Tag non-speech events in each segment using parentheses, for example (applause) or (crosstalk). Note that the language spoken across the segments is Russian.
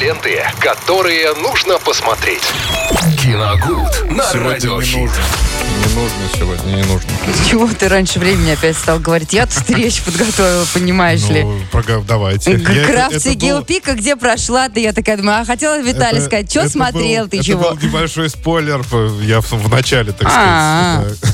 ленты, которые нужно посмотреть. Киногуд на Сегодня не радиохит. нужно. Не нужно сегодня, не нужно. С чего ты раньше времени опять стал говорить? Я тут речь подготовила, понимаешь ли? Ну, прога- давайте. Я- Крафте это было- Геопика, где прошла ты? Я такая думаю, а хотела Виталий это- сказать, что это смотрел был- ты, это чего? был небольшой спойлер, э, я в, в начале, так А-а. сказать. да.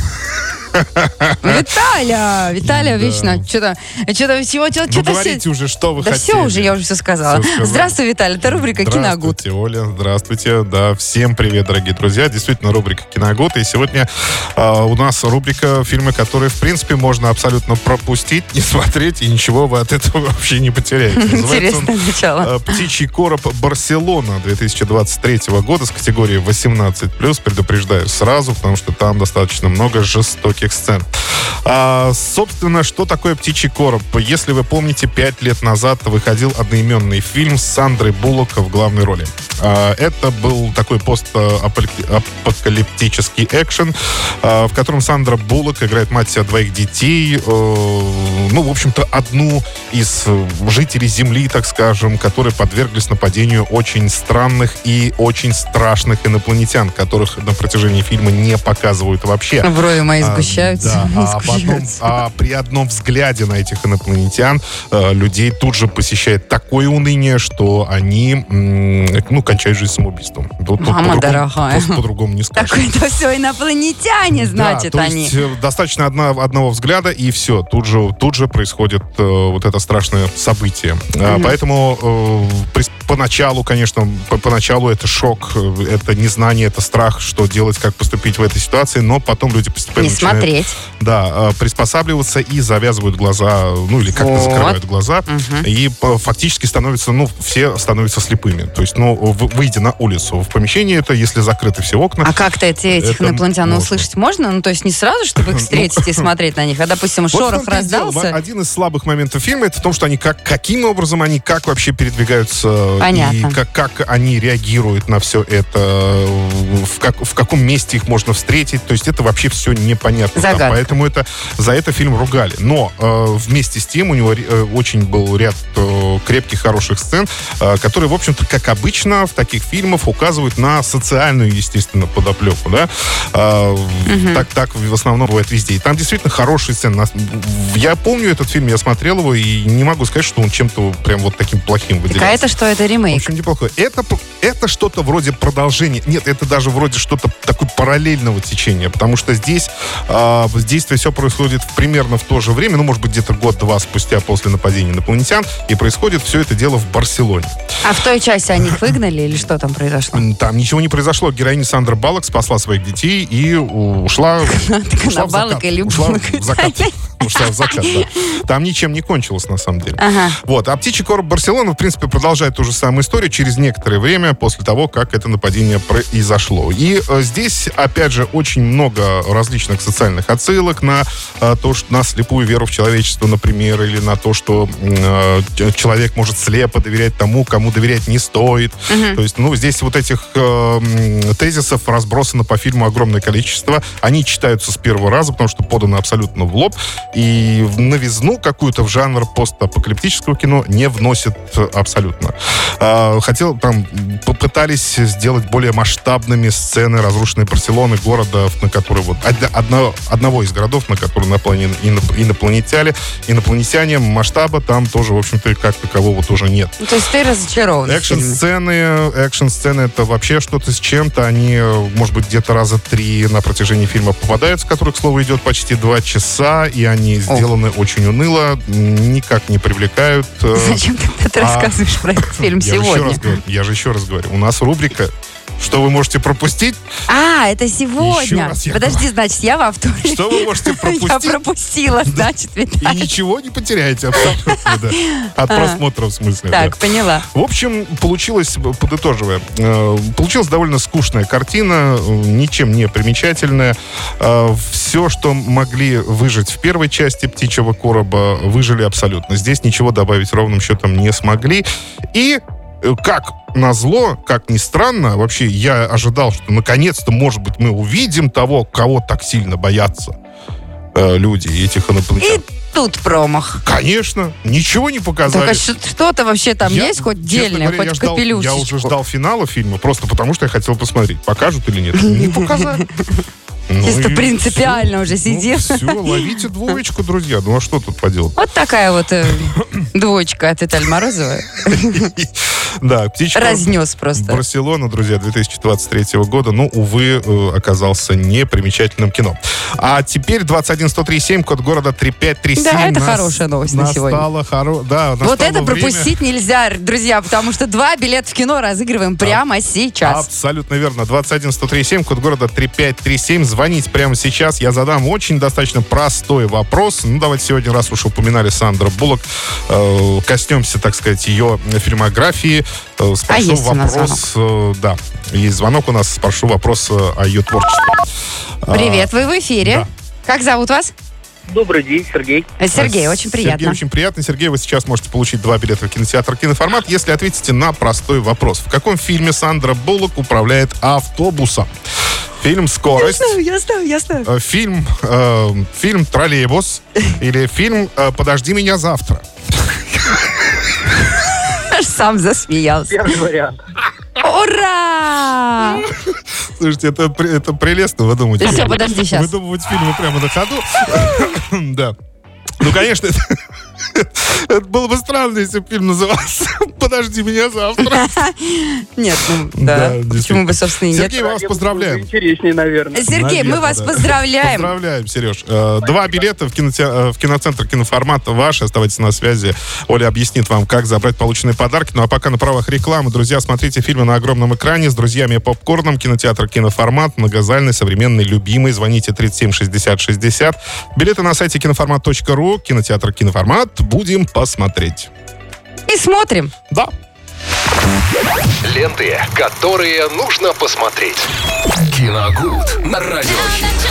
(laughs) Виталя! Виталя Да. вечно что-то... Что-то всего... Что-то Ну, говорите уже, что вы Да хотели. все уже, я уже все сказала. Всё сказала. Здравствуй, Виталий, это рубрика «Киногуд». Здравствуйте, Оля, здравствуйте. Да, всем привет, дорогие друзья. Действительно, рубрика «Киногод». И сегодня э, у нас рубрика «Фильмы, которые, в принципе, можно абсолютно пропустить, не смотреть, и ничего вы от этого (laughs) вообще не потеряете». Называется он, Интересное начало. э, «Птичий короб Барселона» 2023 года с категории 18+. Предупреждаю сразу, потому что там достаточно много жестоких сцен. А, собственно, что такое «Птичий короб»? Если вы помните, пять лет назад выходил одноименный фильм с Сандрой Буллок в главной роли. А, это был такой постапокалиптический экшен, а, в котором Сандра Буллок играет мать себя двоих детей, э, ну, в общем-то, одну из э, жителей Земли, так скажем, которые подверглись нападению очень странных и очень страшных инопланетян, которых на протяжении фильма не показывают вообще. Ну, Брови мои А, (laughs) сгущаются. да, а, потом, сгущаются. а при одном взгляде на этих инопланетян э, людей тут же посещает такое уныние, что они м, ну, кончают жизнь самоубийством. Тут- тут Мама по-другому- дорогая. тут по-другому не скажешь. Такое-то все инопланетяне, значит, а Да, то они. есть, э, достаточно одна- одного взгляда, и все. Тут же, тут же происходит э, вот это страшное событие. А, поэтому э, при- поначалу, конечно, по- поначалу это шок, э, это незнание, это страх, что делать, как поступить в этой ситуации, но потом люди постепенно Не начинают, смотреть. Да, э, приспосабливаться и завязывают глаза, ну или как-то Вот. закрывают глаза, и по- фактически становятся, ну, все становятся слепыми. То есть, ну, в- выйдя на улицу, в помещении это, если закрыты все окна, А (laughs) как-то эти, этих Это инопланетян можно. услышать можно? Ну, то есть не сразу, (laughs) чтобы их встретить и смотреть на них, а, допустим, Вот в шорох том-то и дело. а, Во- раздался. Один из слабых моментов фильма это в том, что они как, каким образом они как вообще передвигаются э, Понятно. и как, как они реагируют на все это, э, в, как, в каком месте их можно встретить. То есть это вообще все непонятно. Там, Загадка. поэтому это, за это фильм ругали. Но э, вместе с тем у него ре- э, очень был ряд э, крепких, хороших сцен, э, которые, в общем-то, как обычно в таких фильмах указывают на социальную, естественно, подоплеку. Да? Э, так, так в основном бывает везде. И там действительно хорошие сцены. Нас- Я помню этот фильм, я смотрел его, и не могу сказать, что он чем-то прям вот таким плохим Так а выделяется. это что, это В ремейк? общем, неплохое. Это, п- это что-то вроде продолжения. Нет, это даже вроде что-то такое параллельного течения, потому что здесь а, действие все происходит в- примерно в то же время, ну, может быть, где-то год-два спустя после нападения инопланетян, и происходит все это дело в Барселоне. А в той части они их выгнали или что там произошло? М, Там ничего не произошло. Героиня Сандра Балок спасла своих детей и у- ушла, ушла в Баллок закат. или Ушла Баллок? в закат. Ушла в закат, да. Там ничем не кончилось, на самом деле. Ага. Вот. А «Птичий короб Барселона», в принципе, продолжает ту же самую историю через некоторое время после того, как это нападение произошло. И э, здесь, опять же, очень много различных социальных отсылок на э, то, что на слепую веру в человечество, например, или на то, что м, э, ч- человек может слепо доверять тому, кому доверять не стоит. То есть, ну, здесь вот этих э, м, тезисов разбросано по фильму огромное количество. Они читаются с первого раза, потому что подано абсолютно в лоб. И в новизну какую-то в жанр постапокалиптического кино не вносит э, абсолютно. А, Хотел там, м, попытались сделать более масштабными сцены разрушенной Барселоны, города, в- на который вот одна- одно- одного из городов, на который наплани- иноп- инопланетяне, инопланетяне масштаба там тоже, в общем-то, как такового тоже нет. Ну, То есть ты разочарован. в фильме. Экшн-сцены, экшн-сцены это вообще что-то с чем-то. Они, э, может быть, где-то раза три на протяжении фильма попадаются, который, к слову, идет почти два часа, и они сделаны очень уныло, м, никак не привлекают. э, (laughs) Зачем тогда ты А- рассказываешь (laughs) про этот фильм я же еще сегодня? раз говорю- я же еще раз говорю, у нас рубрика «Что вы можете (laughs) пропустить?» А, это Еще сегодня. раз я Подожди, значит, я во вторник. Что вы можете (laughs) Я пропустить? пропустила, значит, И Виталий. ничего не потеряете абсолютно, да. От А. просмотра, в смысле. да. Так, поняла. В общем, получилось, подытоживая, э, получилась довольно скучная картина, э, ничем не примечательная. Все, что могли выжить в первой части «Птичьего короба», выжили абсолютно. Здесь ничего добавить ровным счетом не смогли. И э, как назло, как ни странно, вообще я ожидал, что наконец-то, может быть, мы увидим того, кого так сильно боятся э, люди, этих инопланетян. И тут промах. Конечно, ничего не показали. Так а что- что-то вообще там Я, есть хоть честно дельное, говоря, я хоть ждал- капелюшечку? Я уже ждал финала фильма, просто потому что я хотел посмотреть, покажут или нет. (laughs) Не показали. Ну Чисто и принципиально уже всё. Ну, сидишь. всё, ловите двоечку, друзья. Ну а что тут поделать? (laughs) Вот такая (coughs) вот э, двоечка от Виталия Морозова. Да, птичка. Разнес просто. Барселона, друзья, 2023 года, ну, увы, э, оказался непримечательным кино. А теперь 21137, код города 3537. Да, это Нас- хорошая новость на сегодня. настало хоро- да, Вот настало это время. пропустить нельзя, друзья, потому что два билета в кино разыгрываем А, прямо сейчас. Абсолютно верно. 21137, код города 3537. Звонить прямо сейчас. Я задам очень достаточно простой вопрос. Ну, давайте сегодня, раз уж упоминали Сандра Буллок, э, коснемся, так сказать, ее фильмографии. Э, спрошу А есть у нас вопрос... э, да, есть звонок у нас. Спрошу вопрос э, о ее творчестве. А, Привет, вы в эфире. да. Как зовут вас? Добрый день, Сергей. Э, Сергей, очень Сергей, приятно. очень приятно. Сергей, вы сейчас можете получить два билета в кинотеатр «Киноформат», если ответите на простой вопрос. В каком фильме Сандра Буллок управляет автобусом? Фильм «Скорость», Ну, я знаю, я знаю. э, фильм, э, фильм «Троллейбус» или фильм э, «Подожди меня завтра». Аж сам засмеялся. Первый вариант. Ура! Слушайте, это, при- это прелестно выдумывать. Всё, фильмы. подожди, щас. Выдумывать фильмы прямо на ходу. (coughs) Да. Ну, конечно, это, это (laughs) было бы странно, если бы фильм назывался «Подожди меня завтра». Нет, ну Да, да. действительно. Почему бы, собственно, и нет? Сергей, мы вас поздравляем. Интереснее, наверное. Сергей, мы Наверное, вас да. поздравляем. Поздравляем, Сереж. Э, Два билета в, киноте- э, в киноцентр киноформат ваши. Оставайтесь на связи. Оля объяснит вам, как забрать полученные подарки. Ну а пока на правах рекламы, друзья, смотрите фильмы на огромном экране с друзьями и попкорном. Кинотеатр киноформат. Многозальный, современный, любимый. Звоните 376060. Билеты на сайте киноформат.ру. Кинотеатр киноформат. Будем посмотреть. И смотрим. Да. Ленты, которые нужно посмотреть. Киногуд на радиохит.